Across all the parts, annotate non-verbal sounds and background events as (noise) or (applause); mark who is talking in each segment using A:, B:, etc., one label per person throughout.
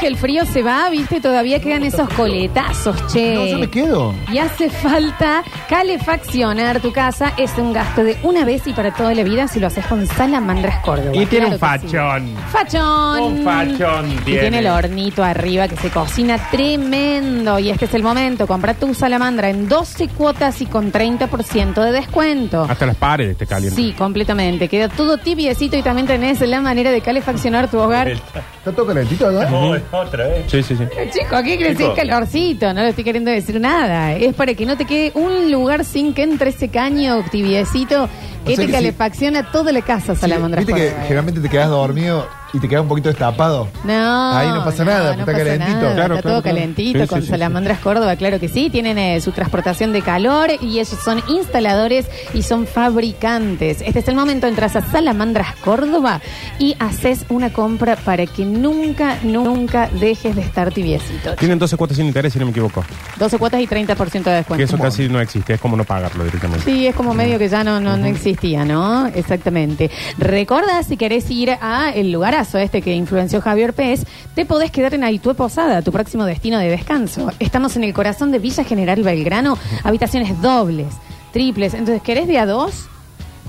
A: que el frío se va, viste, todavía quedan esos coletazos, che.
B: No, yo me quedo.
A: Y hace falta calefaccionar tu casa. Es un gasto de una vez y para toda la vida si lo haces con salamandras Córdoba.
C: Y tiene un
A: Claro que sí.
C: fachón.
A: Fachón.
C: Un fachón
A: Y
C: tiene.
A: tiene el hornito arriba que se cocina tremendo. Y este es el momento. Compra tu salamandra en 12 cuotas y con 30% de descuento.
C: Hasta las paredes te calientan.
A: Sí, completamente. Queda todo tibiecito y también tenés la manera de calefaccionar tu hogar.
B: ¿Está todo calentito acá?
D: Oh, otra
E: eh.
D: vez.
C: Sí, sí, sí.
A: Chico, aquí crecí
D: Chico.
A: calorcito, no le estoy queriendo decir nada. Es para que no te quede un lugar sin que entre ese caño tibiecito que
B: sea
A: te
B: que sí.
A: calefacciona toda la eh. casa, salamandra.
B: Viste que generalmente te quedas dormido y te quedas un poquito destapado.
A: No,
B: Ahí no pasa nada, está
A: pasa
B: calentito.
A: nada,
C: Claro,
A: está
C: claro,
A: todo
C: claro.
A: calentito
C: Sí, sí,
A: con
C: sí, sí.
A: salamandras Córdoba, claro que sí. Tienen eh, su transportación de calor y ellos son instaladores y son fabricantes. Este es el momento, entras a Salamandras Córdoba y haces una compra para que nunca, nunca dejes de estar tibiecito.
C: Tienen 12 cuotas sin interés, si no me equivoco.
A: 12 cuotas y 30% de
C: que
A: descuento.
C: eso casi no existe, es como no pagarlo directamente.
A: Sí, es como medio que ya no, no, no existía, ¿no? Exactamente. Recuerda, si querés ir a el lugarazo este que influenció Javier Pérez, te podés quedar en Aitue Posada, tu próximo destino de descanso. Estamos en el corazón de Villa General Belgrano, habitaciones dobles, triples. Entonces, ¿querés de a dos?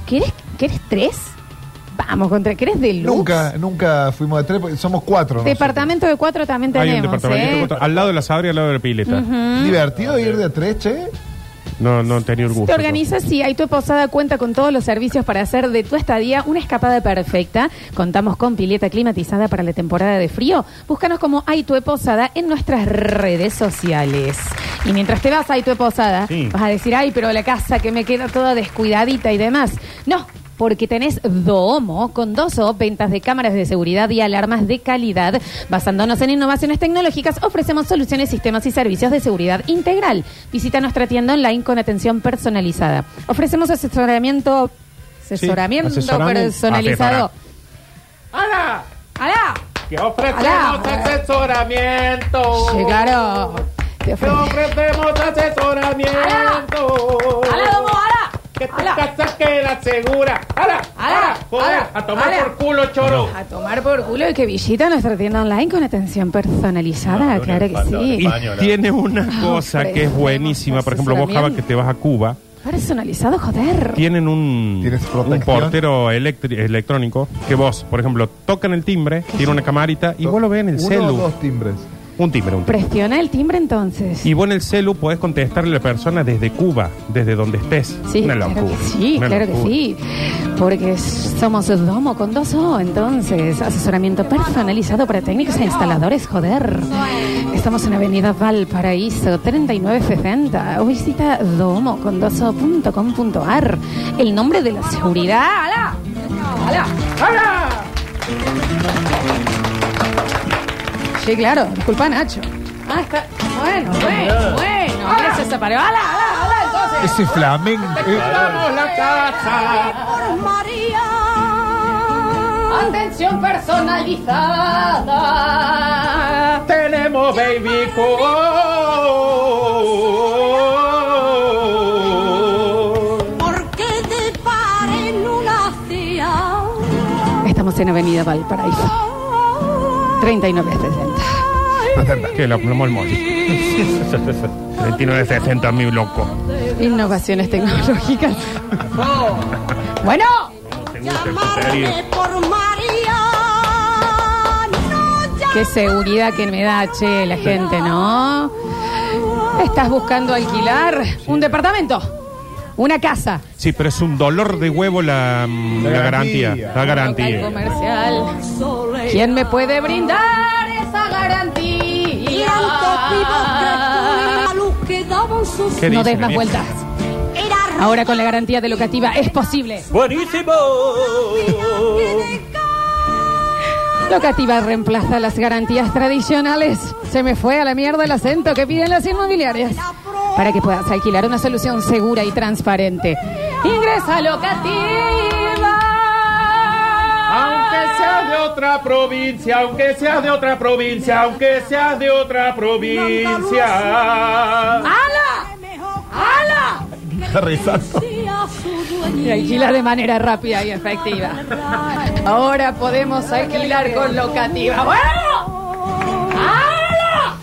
A: ¿Querés, ¿querés tres? Vamos, contra, ¿querés de luz?
B: Nunca, nunca fuimos a tres, porque somos cuatro. nosotros.
A: Departamento de cuatro también tenemos.
C: Hay un departamento
A: ¿eh?
C: al lado de la sadria, al lado de la pileta.
B: Mm. Divertido ir de a tres, che.
C: No, no tenía el gusto.
A: Te organizas y ahí tu posada cuenta con todos los servicios para hacer de tu estadía una escapada perfecta. Contamos con pileta climatizada para la temporada de frío. Búscanos como Aitue Posada en nuestras redes sociales. Y mientras te vas a Aitue Posada,
D: Sí.
A: vas a decir, ay, pero la casa que me queda toda descuidadita y demás. No, porque tenés Doomo con dos o ventas de cámaras de seguridad y alarmas de calidad. Basándonos en innovaciones tecnológicas, ofrecemos soluciones, sistemas y servicios de seguridad integral. Visita nuestra tienda online con atención personalizada. Ofrecemos asesoramiento, asesoramiento
C: asesoramiento.
A: personalizado.
D: Ah,
C: ¡Ala!
A: ¡Alá!
C: ¡Que
A: ofrecemos Ala.
C: asesoramiento!
A: Llegaron. Te ofre-
C: ofrecemos asesoramiento!
A: ¡Alá, Doomo, alá! ¡Alá!
C: que la segura! ¡Ala!
A: Ala, Joder, ala, a tomar ala. por
C: culo, choro!
A: A tomar por culo y que visita nuestra tienda online con atención personalizada,
D: No,
A: claro que
D: no,
A: sí. Ah,
D: no, no.
C: Y tiene una cosa que es buenísima. Por ejemplo, vos, Java, que te vas a Cuba,
A: Personalizado, joder.
C: tienen un,
B: ¿Tienes
C: un
B: protección?
C: portero electri- electrónico que vos, por ejemplo, tocan el timbre, tiene una camarita y vos lo ves en el
B: Uno o
C: celu.
B: dos timbres.
C: Un timbre, un timbre.
A: Presiona el timbre entonces.
C: Y vos en el celu podés contestarle a la persona desde Cuba, desde donde estés.
A: Sí,
C: Una
A: claro
C: locura,
A: que sí,
C: una
A: claro que
C: locura.
A: sí. Porque s- somos Domo con dos O, entonces, asesoramiento personalizado para técnicos e instaladores, joder. Estamos en Avenida Valparaíso, 3960. O visita domo con dos o punto com punto ar. El nombre de la seguridad. ¡Hala! ¡Hala! ¡Hala! Sí, claro, disculpa, Nacho. Ah, está. Ah. Bueno, bueno, bueno. Eso se paró. ¡Hala, hala, hala! Entonces.
B: Ese flamenco. eh,
A: Atención personalizada.
C: Tenemos baby call.
F: Porque te paren una tía.
A: Estamos en Avenida Valparaíso, 3960.
C: Que la plomó
A: (laughs)
C: el mole. 29.60 mi loco.
A: Innovaciones tecnológicas. Bueno,
F: Llamarme por María. No
A: qué seguridad que me da, che, la gente, ¿no? Estás buscando alquilar un departamento, una casa,
C: Sí, pero es un dolor de huevo la, mm, la
B: La
C: garantía.
B: garantía.
C: La
A: local
C: garantía.
A: comercial.
F: llames.
A: ¿Quién me puede brindar esa garantía?
F: Tantos vivos que tú y la luz que daban sus
C: ¿Qué
A: No
C: dice
A: des
C: la
A: más
C: vieja?
A: vueltas.
F: Era
A: Ahora con la garantía de locativa es posible.
D: ¡Buenísimo!
A: Locativa reemplaza las garantías tradicionales. Se me fue a la mierda el acento que piden las inmobiliarias. Para que puedas alquilar una solución segura y transparente. Ingresa a Locativa.
C: Aunque seas de otra provincia, aunque seas de otra provincia, aunque seas de otra provincia.
A: ¡Hala! ¡Hala!
B: está rezando.
F: tía su
A: Y
F: dueña.
A: alquila de manera rápida y efectiva. Ahora podemos alquilar con Locativa. ¡Bueno! ¡Hala!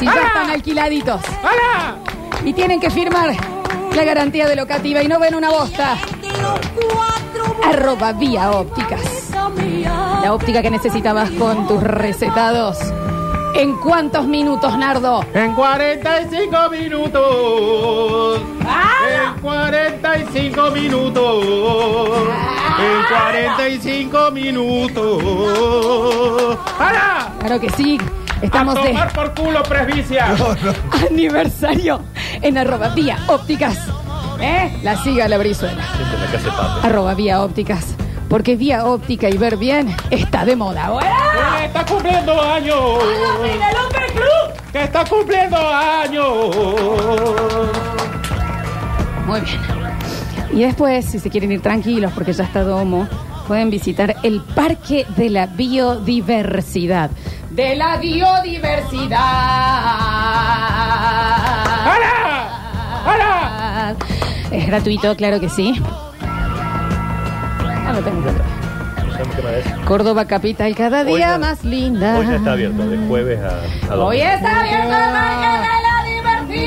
A: están alquiladitos. Y tienen que firmar la garantía de locativa y no ven una bosta. Arroba Vía Ópticas. La óptica que necesitabas con tus recetados. ¿En cuántos minutos, Nardo?
D: En 45 minutos. En 45 minutos. En 45 minutos. ¡Para!
A: Claro que sí. Estamos
D: a
A: de
D: tomar por culo, presbicia.
A: aniversario en arroba Vía Ópticas. ¿Eh? La siga la brizuela. Arroba Vía Ópticas. Porque Vía Óptica y ver bien está de moda. ahora.
D: Que está cumpliendo años. Que está cumpliendo años.
A: Muy bien. Y después, si se quieren ir tranquilos, porque ya está Domo, pueden visitar el Parque de la Biodiversidad. De la biodiversidad.
D: ¡Para! ¡Para!
A: Es gratuito, claro que sí. Ah, lo tengo que ver.
E: ¿Sabemos qué más es?
A: Córdoba capital cada
E: Hoy
A: día
E: ya-
A: más linda.
E: Hoy ya está abierto, de jueves a, a
A: Hoy
E: domingo.
A: está abierto el Parque de la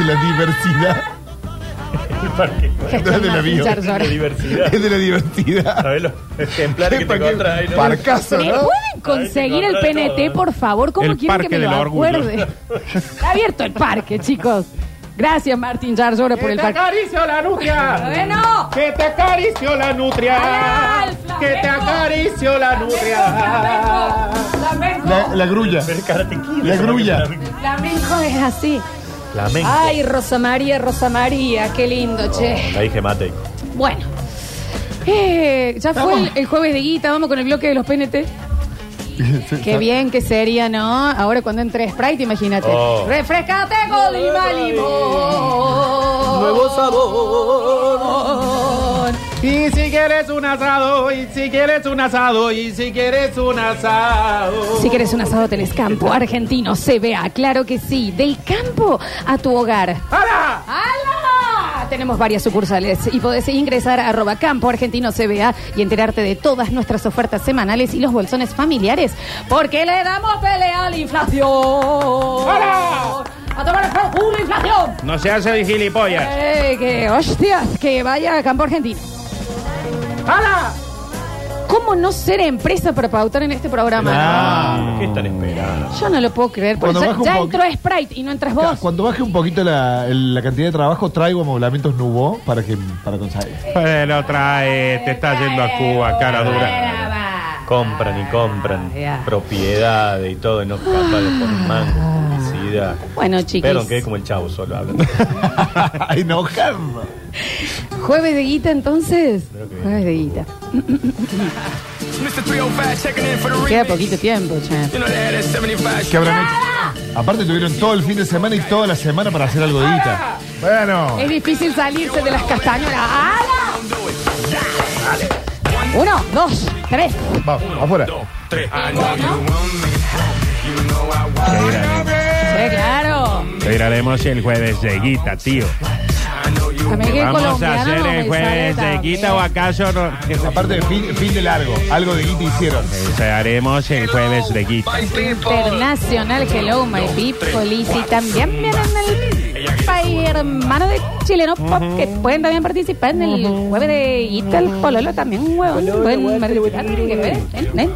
B: De la diversidad.
E: El (laughs) parque.
A: Diversidad.
B: No, de la bio.
A: Gestión Martín
E: La
A: Charzora.
E: diversidad.
B: Es de la diversidad.
E: ¿Sabes los ejemplares que te
B: Parque-
E: encontrás ahí? no?
B: Parcazo,
A: ¿Me
B: ¿no?
A: pueden conseguir el
E: Ahí te encontrás
A: PNT,
E: todo, ¿eh?
A: por favor? ¿Cómo
C: El
A: quieren que
C: Parque
A: me lo
C: del Orgullo. (laughs)
A: acuerde? Está abierto el parque, chicos. Gracias, Martín Jarzora, por
D: Que
A: el
D: te
A: parque.
D: acaricio la nutria.
A: ¡Bueno!
D: Que te acaricio la
A: Alá,
D: nutria.
A: el flamenco.
D: Que te acaricio la nutria.
B: La, la grulla.
E: Pero el Karate Kid,
B: La
E: eso no
B: grulla.
E: es flamenco.
A: Flamenco es así.
E: Flamenco.
A: Ay, Rosa María, Rosa María, qué lindo, che.
E: La dije mate.
A: Bueno. Eh, ya fue el, el jueves de guita, vamos con el bloque de los
C: (laughs)
A: PNT. Qué bien que sería, ¿no? Ahora cuando entre Sprite, imagínate.
E: Oh.
A: Refrescate con lima limón.
D: Nuevo sabor. Y si quieres un asado, y si quieres un asado, y si quieres un asado.
A: Si quieres un asado tenés campo argentino, CBA, claro que sí, del campo a tu hogar.
D: ¡Para!
A: ¡Hala! Tenemos varias sucursales y podés ingresar a arroba campo argentino CBA y enterarte de todas nuestras ofertas semanales y los bolsones familiares, porque le damos pelea a la inflación.
D: ¡Hala!
A: ¡A tomar por culo inflación!
D: No se hace el gilipollas.
A: Eh, que hostias, que vaya a campo argentino.
D: ¡Hala!
A: ¿Cómo no ser empresa para pautar en este programa?
E: ¿Qué están esperando?
A: Yo no lo puedo creer, porque
B: Cuando
A: ya,
B: baja un
A: ya
B: poco-
A: entró Sprite y no entras
B: Ca-
A: vos.
B: Cuando baje un poquito la, el- la cantidad de trabajo, traigo amoblamientos Nubo para que para conseguir.
C: Eh, lo trae, te está yendo a Cuba, cara dura.
E: Compran y compran
A: Ya.
E: propiedades y todo, y no capaz de poner
A: Ah.
E: mango, publicidad.
A: Bueno, chiquis.
E: Perdón, quedé como el chavo solo hablando.
B: (laughs) Enojarlo.
A: Jueves de guita, entonces.
E: Creo que-
A: Jueves de guita. Queda poquito tiempo, che.
B: ¿Qué habrán hecho? Aparte tuvieron todo el fin de semana y toda la semana para hacer algo de guita. Bueno.
A: Es difícil salirse de las castañuelas. ¡Ala! Uno, dos, tres.
B: Vamos, afuera.
A: Sí, claro.
C: Tiraremos el jueves de guita, tío.
A: También que
C: Vamos a
A: colombiana,
C: hacer
A: no
C: el
A: me
C: jueves
A: sale
C: de guita o
A: también.
C: acaso no.
B: Aparte, fin, fin de largo. Algo de guita hicieron.
C: Haremos el jueves de guita.
A: Internacional, hello, my people. Y si también vienen del país hermano de chileno pop, que pueden también participar en el jueves de Ita, el Pololo también, huevón. Pueden participar, que ven, ven, ven.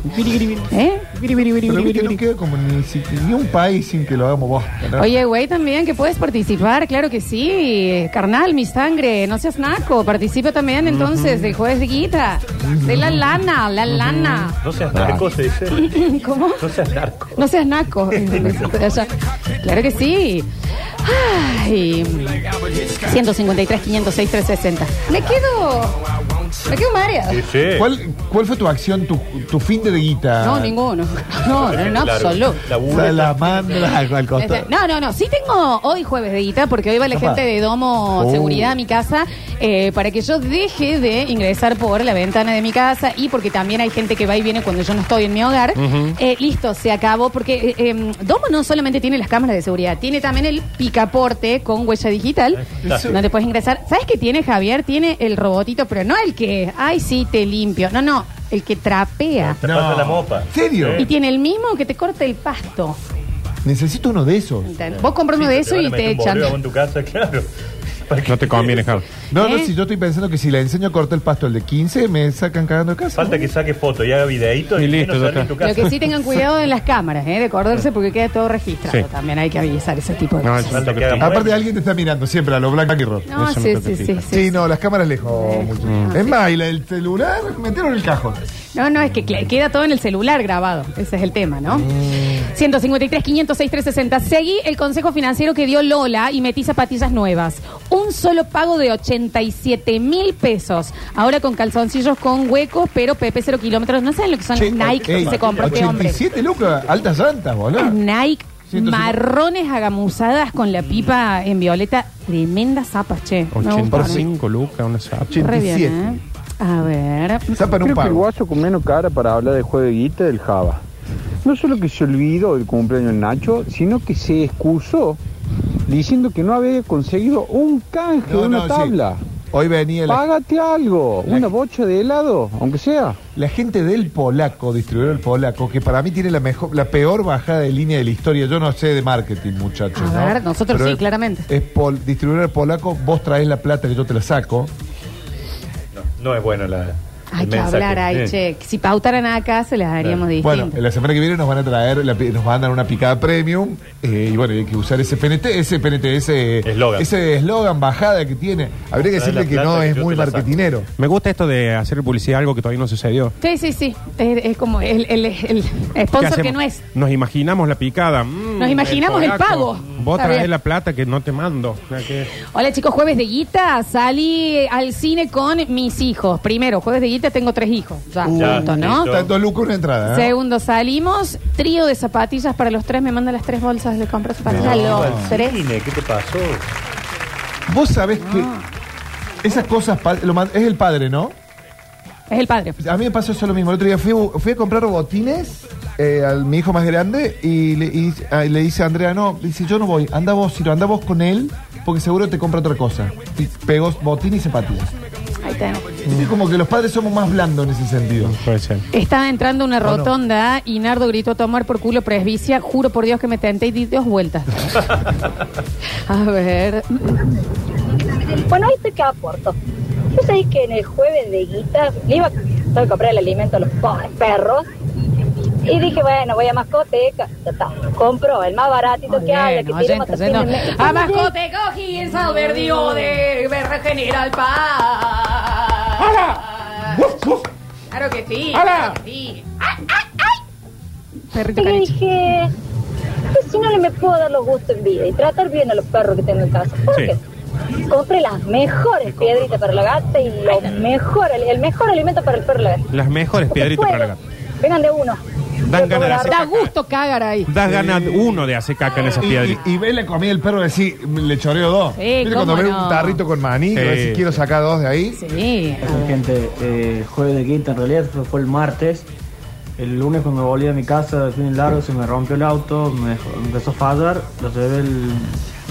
A: ¿Eh?
B: Pero viste, no queda como ni, si- ni un país sin que lo hagamos vos. ¿no?
A: Oye, güey, también que puedes participar, claro que sí. Carnal, mi sangre, no seas naco. Participa también entonces del jueves de guita. De la lana, la lana.
E: No seas
B: Ah.
E: narco, se dice.
A: (laughs) ¿Cómo?
E: No seas narco.
A: No seas naco.
E: (laughs)
A: Allá. claro que sí. Ay. 153, 506, 360. Me quedo. Me quedo mareada.
E: Sí, sí.
B: ¿Cuál, ¿Cuál fue tu acción, tu, tu fin de guita?
A: No, ninguno. No, no, en
E: Claro,
A: absoluto.
E: La burla.
B: Salamandra (laughs) al- al costado.
A: Este, No, no, no. Sí tengo hoy jueves de guita porque hoy va la
B: Ajá.
A: gente de Domo
B: Oh.
A: Seguridad a
E: Uh.
A: mi casa eh, para que yo deje de ingresar por la ventana de mi casa y porque también hay gente que va y viene cuando yo no estoy en mi hogar. Eh, listo, se acabó porque eh, em, Domo no solamente tiene las cámaras de seguridad, tiene también el picaporte con huella digital.
E: Ahí está.
A: No te puedes ingresar. ¿Sabes qué tiene Javier? Tiene el robotito, pero no el que, ay, sí, te limpio. No, no, el que trapea.
E: Te pasa la mopa.
B: ¿En serio?
A: Y tiene el mismo que te corta el pasto.
B: Necesito uno de esos.
A: ¿Entendés? Vos compras uno de eso
E: Te van a
A: y
E: meter
A: te
E: un boleo
A: echan.
E: en tu casa, (laughs) claro. ¿Para qué?
C: No te conviene, Javi.
B: No, no,
A: ¿Eh?
B: si yo estoy pensando que si le enseño a cortar el pasto al de 15, me sacan cagando de casa.
E: Falta que saque foto y haga videíto y,
C: Y listo,
E: listo,
C: ya
E: en
C: está.
E: tu casa.
A: Lo que sí tengan cuidado en las cámaras, ¿eh? De acordarse porque queda todo registrado.
C: Sí.
A: También hay que avisar ese tipo de
C: No,
A: cosas.
C: es un toque
E: Falta
B: Aparte, alguien te está mirando siempre a lo Black Mirror.
A: No,
C: eso no
A: sí,
C: te
A: sí, sí,
C: fijas.
A: sí,
B: Sí, no, las cámaras lejos. mucho.
A: Mm.
B: Es más, y la del celular metieron en el cajón.
A: No, no, es que cl- queda todo en el celular grabado. Ese es el tema, ¿no?
C: Mm.
A: 153, 506, 360. Seguí el consejo financiero que dio Lola y metí zapatillas nuevas. Un solo pago de 87 mil pesos. Ahora con calzoncillos con huecos, pero PP 0 kilómetros. No saben lo que son los Nike
B: Ey,
A: que se compró este hombre.
B: 87 lucas, altas llantas, boludo.
A: Nike
B: 150.
A: marrones agamuzadas con la pipa en violeta. Tremendas zapas, che. Me gustaron.
C: 85 lucas, una zapa.
A: Re bien,
B: 87.
A: ¿eh? A ver.
B: Zapan un
G: Creo que el
B: pago.
G: guaso con menos cara para hablar de jueguita del Java. No solo que se olvidó del cumpleaños de Nacho, sino que se excusó diciendo que no había conseguido un canje de
B: No,
G: una
B: no, sí.
G: tabla.
B: Hoy venía la,
G: Págate algo,
B: La-
G: una bocha de helado, aunque sea.
B: la gente del polaco, distribuidor del polaco, que para mí tiene la mejor, la peor bajada de línea de la historia. Yo no sé de marketing, muchachos.
A: A
B: ¿no?
A: ver, nosotros sí,
B: es-
A: claramente.
B: Es pol- distribuidor del polaco, vos traes la plata que yo te la saco.
E: No es bueno la.
A: Hay
E: el
A: que
E: mensaje.
A: hablar, hay
E: Sí.
A: che. Si pautaran acá, se las haríamos
B: Bueno,
A: distintas.
B: en la semana que viene nos van a traer, la pi- nos van a dar una picada premium eh, y bueno, hay que usar ese PNT, ese PNT, ese
E: Eslogan.
B: ese eslogan bajada que tiene. Habría que
E: Trae
B: decirle
E: la
B: que
E: plata
B: no
E: que
B: es
E: yo
B: muy
E: te la saco.
B: marketinero.
C: Me gusta esto de hacer publicidad de algo que todavía no sucedió.
A: Sí, sí, sí. Es, es como el, el- el
C: ¿Qué
A: sponsor
C: hacemos?
A: que no es.
C: Nos imaginamos la picada. Mm,
A: Nos imaginamos el
C: polaco.
A: pago.
C: Vos
A: Está
C: traes
A: bien.
C: la plata que no te mando. O sea que-
A: Hola chicos, jueves de guita. Salí eh, al cine con mis hijos. Primero, jueves de guita tengo tres hijos. Ya,
E: Ya,
A: punto, ¿no?
E: Uh, listo.
B: Tanto lucro una entrada. ¿eh?
A: Segundo, salimos. Trío de zapatillas para los tres. Me manda las tres bolsas de compra zapatillas.
E: No,
A: Los
E: al
A: tres.
E: cine, ¿Qué te pasó?
B: Vos sabés que esas cosas pa- lo man- es el padre, ¿no?
A: Es el padre.
B: A mí me pasó eso lo mismo. El otro día fui, a- fui a comprar botines eh, a mi hijo más grande y le, y- ah, y le dice a Andrea, no, le dice, yo no voy, anda vos, Ciro, anda vos con él, porque seguro te compra otra cosa. Y pegó botín y zapatillas.
A: Ahí tenemos.
B: Es como que los padres somos más blandos en ese sentido.
C: Puede ser.
A: Estaba entrando una rotonda y Nardo gritó tomar por culo presbicia. Juro por Dios que me tenté y di dos vueltas. (laughs) A ver.
H: Bueno, ahí estoy que aporto. Yo sabéis que en el jueves de guita le iba a tengo que comprar el alimento a los pobres perros. Y dije, bueno, voy a mascoteca. Ya está. Compro el más baratito que haya, que tiremos hasta fin de mes.
A: A mascote cogí en San Verdio de Berra General Paz. Claro que sí. ¡Hala! Sí. Perrito
H: Y yo
A: caniche.
H: dije, "Pues si no le me puedo dar los gustos en vida y tratar bien a los perros que tengo en casa. ¿Por
C: Sí.
H: qué? Compré las mejores piedritas para la gata y los mejor, el mejor alimento para el perro y la gata.
C: Las mejores
H: Porque
C: piedritas para la
H: puedo.
C: gata.
H: Vengan de uno.
C: Dan ganas de hacer
A: Da
C: caca.
A: gusto cagar ahí.
C: Das ganas uno de hacer caca en esas
B: Y, y,
C: piedritas.
B: y ve la comida del perro y decís, le choreo dos.
A: Sí,
B: ¿Viste cuando
A: cómo
B: ve
A: no.
B: un tarrito con maní,
C: Sí.
B: y decís, quiero sacar dos de ahí.
A: Sí. a
I: Hola,
A: ver.
I: gente, eh, jueves de quinta en realidad fue- fue el martes. El lunes cuando volví a mi casa de fin de largo se me rompió el auto, me dejó- empezó a fallar, lo llevé el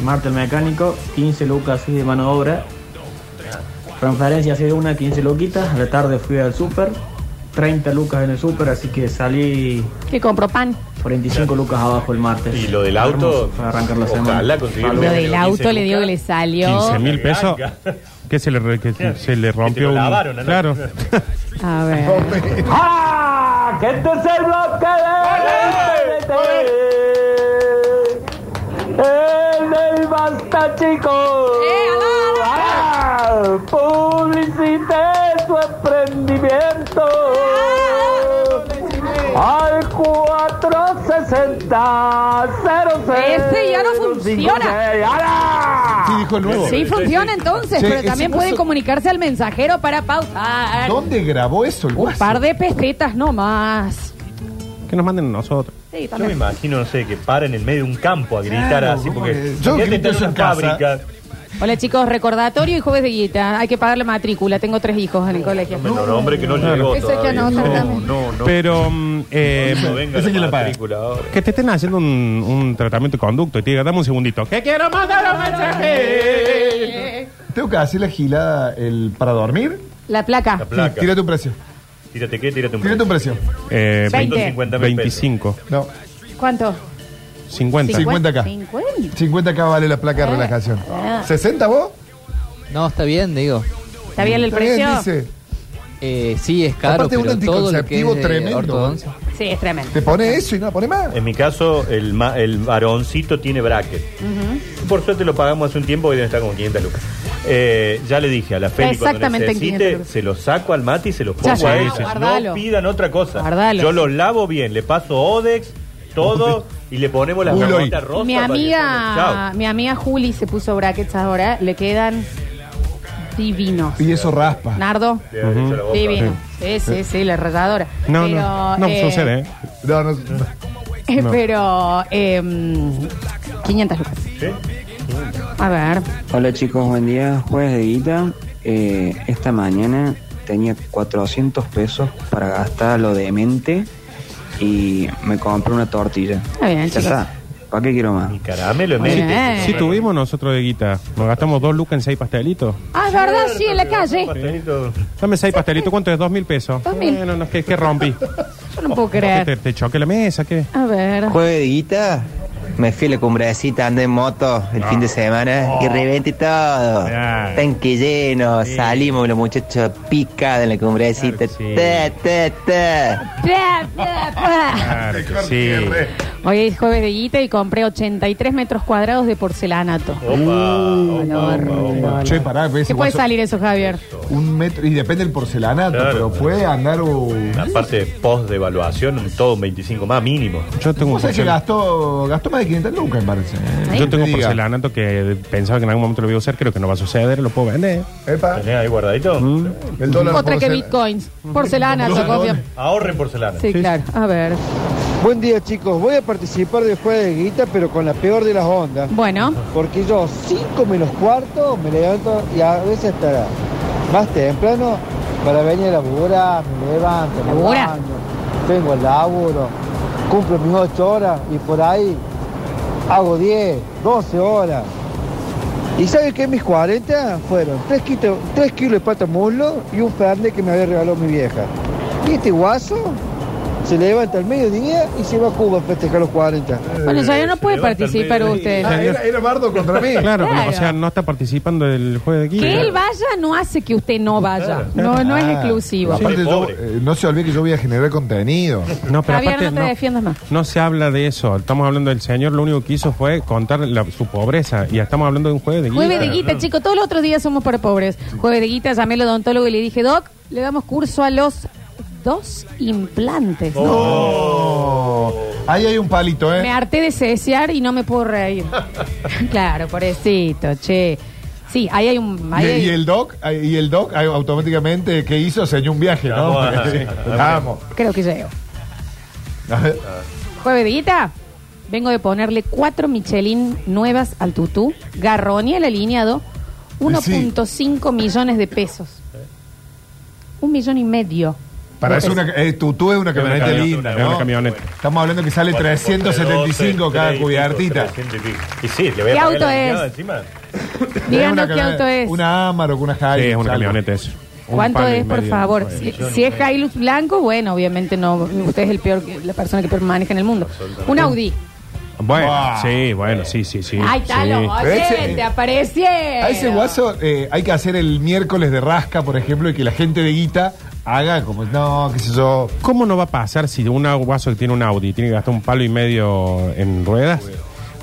I: martes al mecánico, 15 lucas así de mano de obra. Transferencia así de una, 15 luquitas, a la tarde fui al súper, 30 lucas en el súper, así que salí
A: ¿Qué compro? Pan.
I: 45 lucas abajo el martes.
E: Y lo del
I: Hermoso
E: auto.
I: para arrancar la semana.
E: ojalá consiguiera
A: Lo
E: uno que
A: del
E: le
A: auto
E: 15
A: le digo que
E: lucas.
A: le salió.
C: 15 mil pesos.
E: Ganga.
C: Que se le, re- que se le
E: Que te lo
C: rompió un-
E: lavaron, ¿no? (laughs)
C: Claro.
A: A ver.
I: (laughs) ¡Ah! ¡Que este es el bloque de ¡El del Basta, chicos!
A: ¡Eh,
I: ¡Ah! ¡Publicité su emprendimiento!
A: ¡Ah,
I: ¡Al 460
A: Ese Este ya no funciona.
B: Sí, dijo el nuevo.
A: Ah. Sí, funciona entonces,
B: Sí,
A: pero
B: ese
A: también
B: coso-
A: pueden comunicarse al mensajero para pausar.
B: ¿Dónde grabó eso el
A: Un
B: guaso?
A: par de pesetas nomás.
C: Que nos manden a nosotros.
A: Sí,
E: Yo me
A: también.
E: imagino, no sé, que para en el medio de un campo a gritar
B: Claro,
E: así,
B: ¿cómo
E: porque
B: que- yo
E: imagínate
B: grito
E: tener
B: eso
E: una
B: en casa.
E: fábrica.
A: Hola chicos, recordatorio y jueves de guita. Hay que pagar la matrícula. Tengo tres hijos en el colegio.
E: No, no, hombre, que no llegó
A: Eso hay que
E: todavía.
A: anotar
E: No,
A: también.
E: no, no.
C: Pero mm, eh,
E: No venga
B: Ese que la
E: la
B: paga.
E: matrícula ahora.
C: que te estén haciendo un, un tratamiento de conducto y te diga, dame un segundito. ¿Qué quiero?
D: Quiero mandar un mensaje.
B: Tengo que hacer la gilada el, para dormir.
A: La placa.
E: La placa.
B: Tírate un precio.
E: Tírate qué, tírate un
B: Tírate un precio.
C: Eh,
A: Veinte.
E: 150 mil pesos.
C: 25.
B: No.
A: ¿Cuánto?
C: 50.
B: 50K.
A: 50.
B: 50k vale la placa de
A: Eh,
B: relajación.
A: eh.
B: ¿60 vos?
J: No, está bien, digo.
A: ¿Está bien el
B: Está bien,
A: precio?
B: dice.
J: Eh, sí, es caro,
B: Aparte, un
J: pero todo lo que
B: anticonceptivo
J: es de
B: tremendo. ¿eh?
J: ortodoncia.
A: Sí, es tremendo.
B: Te pone eso y no pone más.
E: En mi caso, el, ma- el varoncito tiene bracket. Por suerte lo pagamos hace un tiempo, hoy deben estar como 500 lucas. Eh, ya le dije a la Feli, cuando
A: Exactamente en 500
E: necesite,
A: lucas.
E: se los saco al Mati y se los
A: Ya,
E: pongo a
A: ya,
E: él.
A: guardalo.
E: No pidan otra cosa.
A: Guardalo.
E: Yo los lavo bien, le paso Odex, todo, y le ponemos las
B: Uy, Loi.
E: gamuitas rosas.
A: Mi
E: para que
A: amiga,
E: pongan-
A: mi amiga Juli se puso brackets ahora, le quedan divinos.
B: Y eso raspa.
A: Nardo,
E: Chao. Le doy derecho a la boca.
A: divino. Sí, sí, sí, la ralladora.
C: No,
A: Pero,
C: no, no
A: eh,
C: sucede, ¿eh?
B: No, no,
A: eh, (laughs)
C: No.
A: Pero, em, 500 lucas. A ver,
I: Hola chicos, buen día. Jueves de guita. Eh, esta mañana tenía 400 pesos para gastar lo demente y me compré una tortilla.
A: está bien,
I: Ya
A: chicos.
I: está. ¿Para qué quiero más?
E: Mi caramelo es
A: Muy
E: mérito.
A: bien.
E: Este
C: Sí,
E: hombre.
C: tuvimos nosotros de guita. Nos gastamos dos lucas en seis pastelitos.
A: Ah, es verdad, sí, en la calle.
E: Pastelito.
C: Dame seis pastelitos, ¿cuánto es? ¿Dos mil pesos?
A: Dos mil. Eh.
C: Bueno, no, que, que rompí.
A: Yo no puedo
C: ¿Qué te,
A: creer.
C: te choque la mesa? ¿Qué?
A: A ver.
J: Jueves de guita, me fui a la cumbrecita, andé en moto el fin de semana y reventé todo.
C: Ah.
J: Tanque lleno, salimos los muchachos picados en la cumbrecita.
C: Claro que sí.
J: Ta, ta, ta.
A: Pa, pa, pa.
C: Claro que sí.
A: Hoy es jueves de guita y compré 83 metros cuadrados de porcelanato.
E: Opa, opa, opa.
B: Che, pará, ves,
A: ¿Qué
B: igual
A: puede
B: so-
A: salir eso, Javier?
B: Un metro, y depende del porcelanato,
E: Claro.
B: pero puede andar un.
E: La parte post de evaluación, todo un 25 más mínimo.
C: Yo tengo un
B: Vos sabés que
C: porcelanato.
B: gastó, gastó más de 500 lucas, me parece.
C: Yo tengo un
B: Diga.
C: porcelanato que pensaba que en algún momento lo iba a usar, creo que no va a suceder, lo puedo vender.
B: Epa,
E: ¿Tenés ahí guardadito?
C: Mm.
B: el dólar
A: Otra que
B: porcel-
A: bitcoins. Porcelanato,
B: Dólar,
A: copia.
B: dólar.
E: Ahorren porcelana.
A: Sí, claro. A ver.
I: Buen día chicos, voy a participar de jueves de guita pero con la peor de las ondas.
A: Bueno,
I: Porque yo 5 menos cuarto me levanto y a veces estará más temprano para venir a laburar, me levanto, me
A: ¿Labura?
I: baño, tengo el laburo, cumplo mis 8 horas y por ahí hago 10, 12 horas. ¿Y sabes qué? Mis 40 fueron 3 kilos, 3 kilos de pata muslo y un fernet que me había regalado mi vieja. Y este guaso se levanta al mediodía y se va a Cuba a festejar los 40.
A: bueno, ya no puede
E: levanta el
A: participar
E: medio.
A: usted.
B: Ah, era, era Bardo contra mí.
C: Claro,
A: Claro.
C: o sea, no está participando del juego de guita.
A: Que él vaya no hace que usted no vaya. (laughs) No, no es
B: Ah,
A: exclusivo.
B: Aparte,
E: Sí,
B: yo,
E: pobre.
B: eh, no se olvide que yo voy a generar contenido.
C: No, pero
A: Javier,
C: aparte,
A: no te defiendas más.
C: no se habla de eso. Estamos hablando del señor, lo único que hizo fue contar la- su pobreza. Y estamos hablando de un juego de guita.
A: Jueves de guita, chicos. Todos los otros días somos para pobres. Jueves de guita, llamé al odontólogo y le dije, Doc, le damos curso a los dos implantes.
B: No. Ahí hay un palito,
A: Me
B: ¿eh?
A: harté de cesear y no me puedo reír. (laughs) claro, pobrecito, che. Sí, ahí hay un...
B: Y,
A: ahí hay-
B: y el doc, ah, y el doc ah, automáticamente, ¿qué hizo? Se dio un viaje, ¿no?
E: Vamos
B: (laughs)
E: a-
B: Sí. Vamos.
A: Creo que llego. Jueves de guita, vengo de ponerle cuatro Michelin nuevas al tutú. Garroni el alineado, 1.5 millones de pesos. Un millón y medio.
B: Para eso, una, eh, tu, tú es una camioneta
E: camioneta,
B: linda,
C: una
B: ¿no?
C: camioneta.
B: Estamos hablando que sale 375 cada cubiertita.
E: Y sí, le voy a
A: ¿Qué
E: poner
A: auto
E: la alineada
A: es?
E: encima.
A: Díganos
B: Una
A: qué
B: camioneta-
A: auto es.
B: Una Amaro con una
C: Sí,
B: Hilux.
C: es una
B: algo.
C: camioneta eso. Un
A: ¿Cuánto
C: palo y
A: es, por
C: medio.
A: favor? Si, si es Hilux blanco, bueno, obviamente no. Usted es el peor, la persona que peor maneja en el mundo. Un Audi.
C: Bueno,
B: Wow.
C: sí, bueno, sí, sí, sí.
A: Ay, Talo,
C: Sí.
A: oye,
B: Ese-
A: te aparece.
B: A ese guaso eh, hay que hacer el miércoles de rasca, por ejemplo, y que la gente de guita haga como, no, qué sé yo.
C: ¿Cómo no va a pasar si un guaso que tiene un Audi tiene que gastar un palo y medio en ruedas?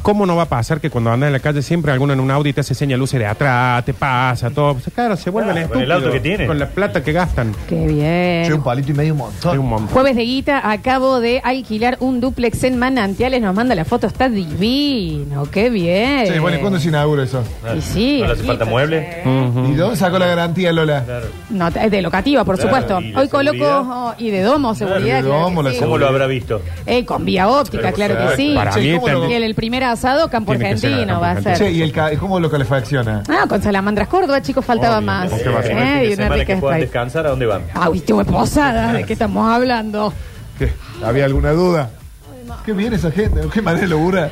C: ¿Cómo no va a pasar que cuando andas en la calle siempre alguno en un Audi te hace señal luces de atrás, te pasa, todo? O sea, claro, se vuelven
E: Claro, con el
C: estúpidos.
E: auto que tiene.
C: Con la plata que gastan.
A: Qué bien.
B: Che, un palito y medio un
C: Hay un
B: montón.
C: montón.
A: Jueves de guita, acabo de alquilar un duplex en Manantiales, nos manda la foto, está divino, qué bien.
B: Che, bueno, ¿y cuándo se inaugura eso?
A: Y sí,
E: ¿No le hace
A: aquí,
E: falta
A: che.
E: mueble?
B: ¿Y dónde sacó la garantía, Lola?
A: No, es de locativa, por
E: Claro,
A: supuesto.
E: y de
A: Hoy coloco
E: seguridad.
A: oh, y de domo, seguridad.
B: de
A: claro que
B: domo, la
A: sí.
E: ¿Cómo lo habrá visto?
A: Eh, con vía óptica, claro, que sí.
C: Para
B: Che,
C: mí
B: ¿cómo lo-
A: Y el, el primer asado, campo
C: Tiene que ser
A: argentino
C: campo
A: va a
C: argentino.
B: Che,
A: ser.
B: ¿y el ca- cómo lo calefacciona?
A: Ah, con salamandras Córdoba, chicos, faltaba más.
C: ¿cómo que va a
A: Eh,
C: ser?
E: El fin de
A: y una
E: semana
A: rica
E: que puedan
A: Sprite.
E: descansar, ¿a dónde van?
A: Ah, viste, posada, ¿de qué estamos hablando?
B: ¿Qué? ¿Había alguna duda? Qué bien esa gente, qué manera de locura.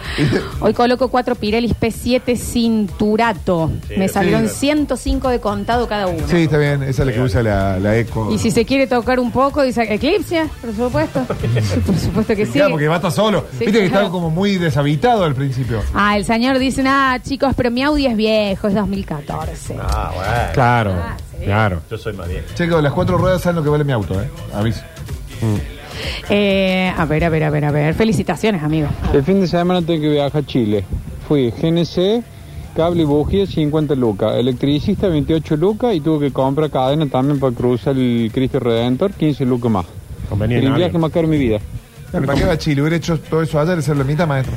A: Hoy coloco cuatro Pirelli P7 Cinturato.
B: Sí,
A: Me
B: sí,
A: salieron
B: claro.
A: 105 de contado cada uno.
B: sí, está bien, esa es la que usa la, la eco.
A: Y si se quiere tocar un poco, dice Eclipsia, por supuesto. Sí, por supuesto que sí.
B: Claro, porque va estar solo.
A: Sí,
B: Viste que
A: claro.
B: estaba como muy deshabitado al principio.
A: Ah, el señor dice, ah, chicos, pero mi Audi es viejo, es 2014.
E: Ah, bueno.
C: Claro,
A: Ah,
C: claro.
E: Yo soy más bien.
B: Che, con las cuatro ruedas saben lo que vale mi auto, ¿eh? Aviso.
A: Eh, a ver, a ver, a ver, a ver. Felicitaciones, amigo.
G: El fin de semana tuve que viajar a Chile. Fui GNC, cable y bujía 50 lucas, electricista 28 lucas y tuve que comprar cadena también para cruzar el Cristo Redentor 15 lucas más.
C: Conveniente,
G: el
C: ¿no?
G: viaje más caro de mi vida.
B: Pero ¿Para qué va a Chile? Hubiera hecho todo eso ayer, esa es la mitad, maestro.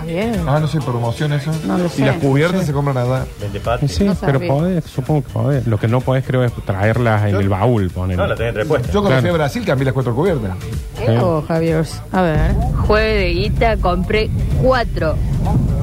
A: Ah, bien.
B: Ah, no sé, promoción eso.
A: No lo sé,
B: Y las cubiertas
A: no sé.
B: se compran allá.
E: Vende pati.
C: Sí,
A: No
C: pero
A: sabía.
C: podés, supongo que podés. Lo que no podés, creo, es traerlas en el baúl, poner.
E: No, la tenés repuesta.
B: Yo cuando fui
C: Claro.
B: a Brasil cambié las cuatro cubiertas.
A: Eh, oh, Javier. A ver.
K: Jueves de guita compré cuatro.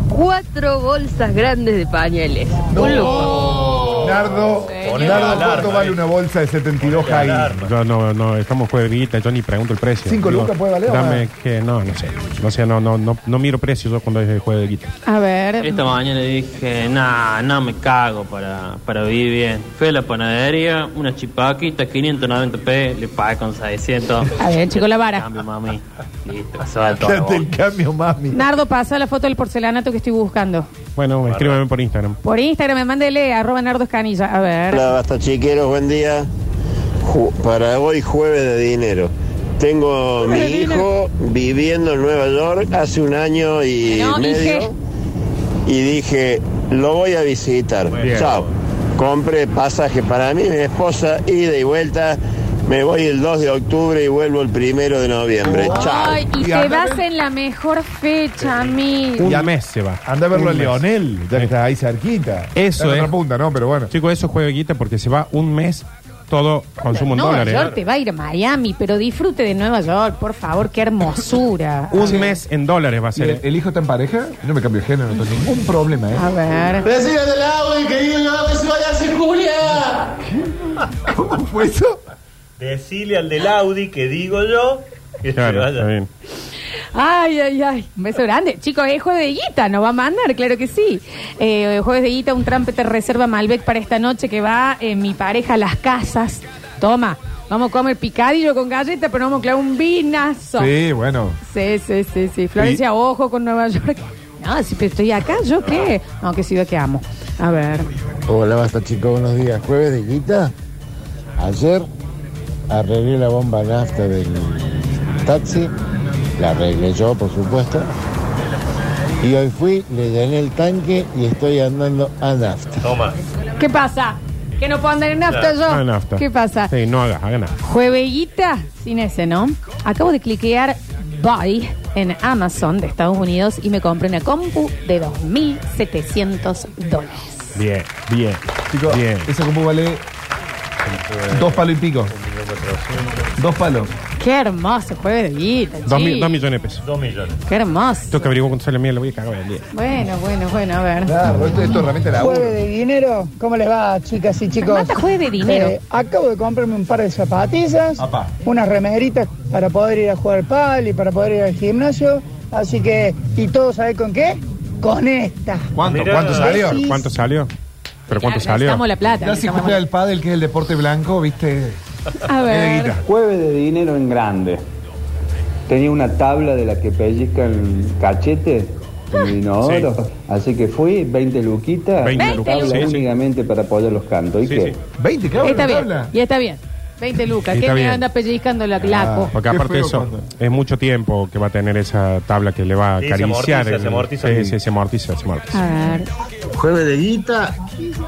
K: Cuatro bolsas grandes de pañales. Un lujo.
B: Nardo,
E: Ponele
B: Nardo,
E: alarma,
B: ¿cuánto vale
E: eh.
B: una bolsa de 72
E: Ponele
B: high? (laughs)
E: alarma.
C: Yo no, no, estamos jueguita, yo ni pregunto el precio.
B: ¿Cinco
C: Digo,
B: lucas puede valer o
C: Dame
B: más?
C: que, no, no sé. O sea, no, no, no, no miro precios yo cuando es juego de guita.
A: A ver.
I: Esta mañana dije, nah, no me cago para, para vivir bien. Fui a la panadería, una chipaquita, 590 p, le pagué con 600.
A: A ver, chico, la vara.
I: Cambio, mami. Listo,
C: (laughs)
I: se va todo.
B: Date el cambio, mami.
A: Nardo, pasa la foto del porcelanato que estoy buscando.
C: Bueno, escríbeme por Instagram.
A: Por Instagram, me mándele arroba Nardo Escanilla. A ver.
L: Hola, basta chiqueros, buen día. Ju- para hoy jueves de dinero. Tengo mi hijo viviendo en Nueva York hace un año y
A: No,
L: medio
A: dije.
L: y dije, lo voy a visitar.
E: Bueno.
L: Chao. Compre pasaje para mí, mi esposa, ida y vuelta. Me voy el 2 de octubre y vuelvo el primero de noviembre. Chao.
A: Ay, y
B: Y
A: te
B: andame.
A: vas en la mejor fecha, amigo.
C: Un
B: a-
C: mes se va.
B: Anda a eh. verlo
C: Un
B: a
C: mes.
B: Leonel, ya que está ahí cerquita.
C: Eso
B: Está en
C: es.
B: otra punta, ¿no? Pero bueno.
C: Chicos, eso es juego de guita porque se va un mes todo consumo en
A: Nueva
C: dólares.
A: York te va a ir a Miami, pero disfrute de Nueva York, por favor, qué hermosura.
C: Un mes en dólares va a
B: ¿Y
C: ser.
B: ¿El, el hijo está en pareja? No me cambio de género, no tengo ningún problema, ¿eh?
A: A ver.
D: Decirle del agua y querido que se vaya sin Julia.
B: ¿Cómo fue eso?
E: Decile al del Audi que digo yo que se
C: Claro,
E: vaya.
C: está bien.
A: Ay, ay, ay. Un beso grande. Chicos, es jueves de guita, nos va a mandar, claro que sí. Eh, jueves de guita, un trampete reserva Malbec para esta noche que va eh, mi pareja a las casas. Toma, vamos a comer picadillo con galleta, pero vamos a clavar un vinazo.
B: Sí, bueno.
A: Sí, sí, sí, sí. Florencia, ojo con Nueva York. No, si pero estoy acá, ¿yo qué? No, que ciudad que amo. A ver.
M: Hola, basta chicos, buenos días. Jueves de guita. Ayer arreglé la bomba nafta del taxi. La arreglé yo, por supuesto. Y hoy fui, le llené el tanque y estoy andando a nafta.
E: Toma.
A: ¿Qué pasa? ¿Que no puedo andar en nafta yo?
C: Haga nafta.
A: ¿Qué pasa?
C: Sí, no hagas, haga nada.
A: Jueveguita, sin ese, ¿no? Acabo de cliquear Buy en Amazon de Estados Unidos y me compré una compu de 2.700 dólares.
C: Bien, bien.
B: Chicos,
C: bien.
B: esa compu vale dos palos y pico. Dos palos.
A: Qué hermoso jueves de guita,
C: Dos, mi-
A: chi.
C: dos millones de pesos.
E: Dos millones.
A: Qué hermoso.
C: Tengo que averiguar cuánto sale mía, lo voy a cagar el día.
A: Bueno, bueno, bueno, a ver.
B: Claro, esto, esto es realmente la
N: Jueves de dinero, ¿cómo les va, chicas y chicos? Eh,
A: Me mata jueves de dinero.
N: acabo de comprarme un par de zapatillas,
B: Apá.
N: unas remeritas para poder ir a jugar pal y para poder ir al gimnasio. Así que, ¿y todo sabe con qué? Con esta.
B: ¿Cuánto?
E: Mirá.
B: ¿Cuánto salió?
N: Sí.
C: ¿Cuánto salió? ¿Pero cuánto
A: Ya, necesitamos
C: salió?
A: la plata.
B: Ya si
A: necesitamos
B: juega
A: la-
B: el pádel, que es el deporte blanco, viste.
A: A
B: Es de
A: ver.
B: guita.
G: Jueves de dinero en grande. Tenía una tabla de la que pellizca el cachete en el inodoro.
C: (laughs) sí.
G: Así que fui, 20 luquitas.
C: 20
G: una
A: luquitas,
G: tabla
C: sí, sí.
G: únicamente para apoyar los cantos. ¿Y
C: Sí,
G: qué?
C: sí.
B: 20, claro,
A: Está
B: la
A: bien.
B: tabla.
A: Y está bien. 20 lucas.
C: Y
A: ¿Qué
C: está
A: me
C: bien. Ah.
A: anda pellizcando la claco?
C: Porque
B: Qué
C: aparte de
B: feo
C: eso,
B: cuando-
C: es mucho tiempo que va a tener esa tabla que le va a
E: Sí, se
C: acariciar.
E: amortiza,
C: el-
E: se amortiza.
C: Sí, sí, se amortiza, se amortiza.
A: A ver.
M: Jueves de guita.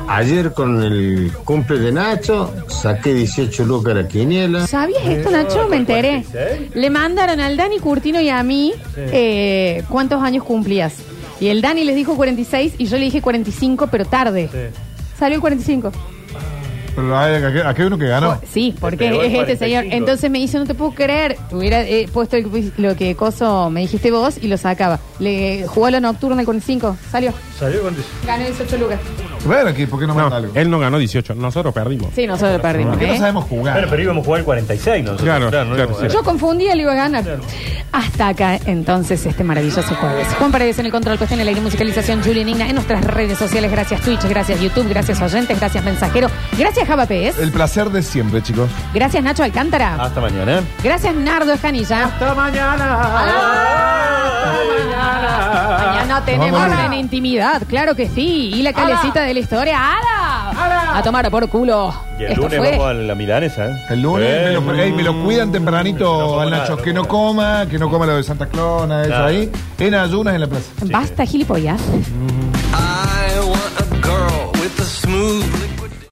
M: Ayer con el cumple de Nacho, saqué 18 lucas a la quiniela.
A: ¿Sabías esto, Nacho? Me enteré.
E: eh?
A: Le mandaron al Dani Curtino y a mí eh, cuántos años cumplías. Y el Dani les dijo 46 y yo le dije 45, pero tarde. Salió el 45.
B: Pero hay, aquí, aquí hay uno que ganó.
A: Sí, porque
E: pegó el
A: es este
E: 45.
A: señor. Entonces me dice, no te puedo creer. Te hubiera eh, puesto el- lo que coso me dijiste vos y lo sacaba. Le jugó a lo nocturno el 45. Salió.
E: Salió con
A: Ganó 18 lucas.
B: Bueno, ¿qué- ¿por qué no manda algo?
C: Él no ganó 18, nosotros perdimos.
A: Sí, nosotros perdimos. ¿eh?
B: jugar.
E: Bueno, pero íbamos a jugar 46 nosotros.
C: Claro,
E: no
C: claro,
E: íbamos a-
A: Yo confundía, le iba a ganar. Hasta acá, entonces, este maravilloso jueves. Juan Paredes en el control, cuestión en la aire musicalización, Julian Igna en nuestras redes sociales. Gracias Twitch, gracias YouTube, gracias oyentes, gracias mensajero. Gracias Java PS.
B: El placer de siempre, chicos.
A: Gracias Nacho Alcántara.
E: Hasta mañana. ¿eh?
A: Gracias Nardo Escanilla. Hasta mañana. Mañana tenemos
F: vamos.
A: en intimidad, claro que sí. Y la calecita de la historia. ¡Ada! A tomar por culo.
E: Y el
A: Esto
E: lunes
A: fue.
E: vamos a la milanesa. ¿eh?
B: El lunes
E: Eh,
B: me, lo, ey, me lo cuidan tempranito al Nacho. que no coma, que no coma lo de Santa Clona, eso
E: Claro.
B: ahí. En ayunas en la plaza.
A: Basta gilipollas.
O: I want a girl with a smooth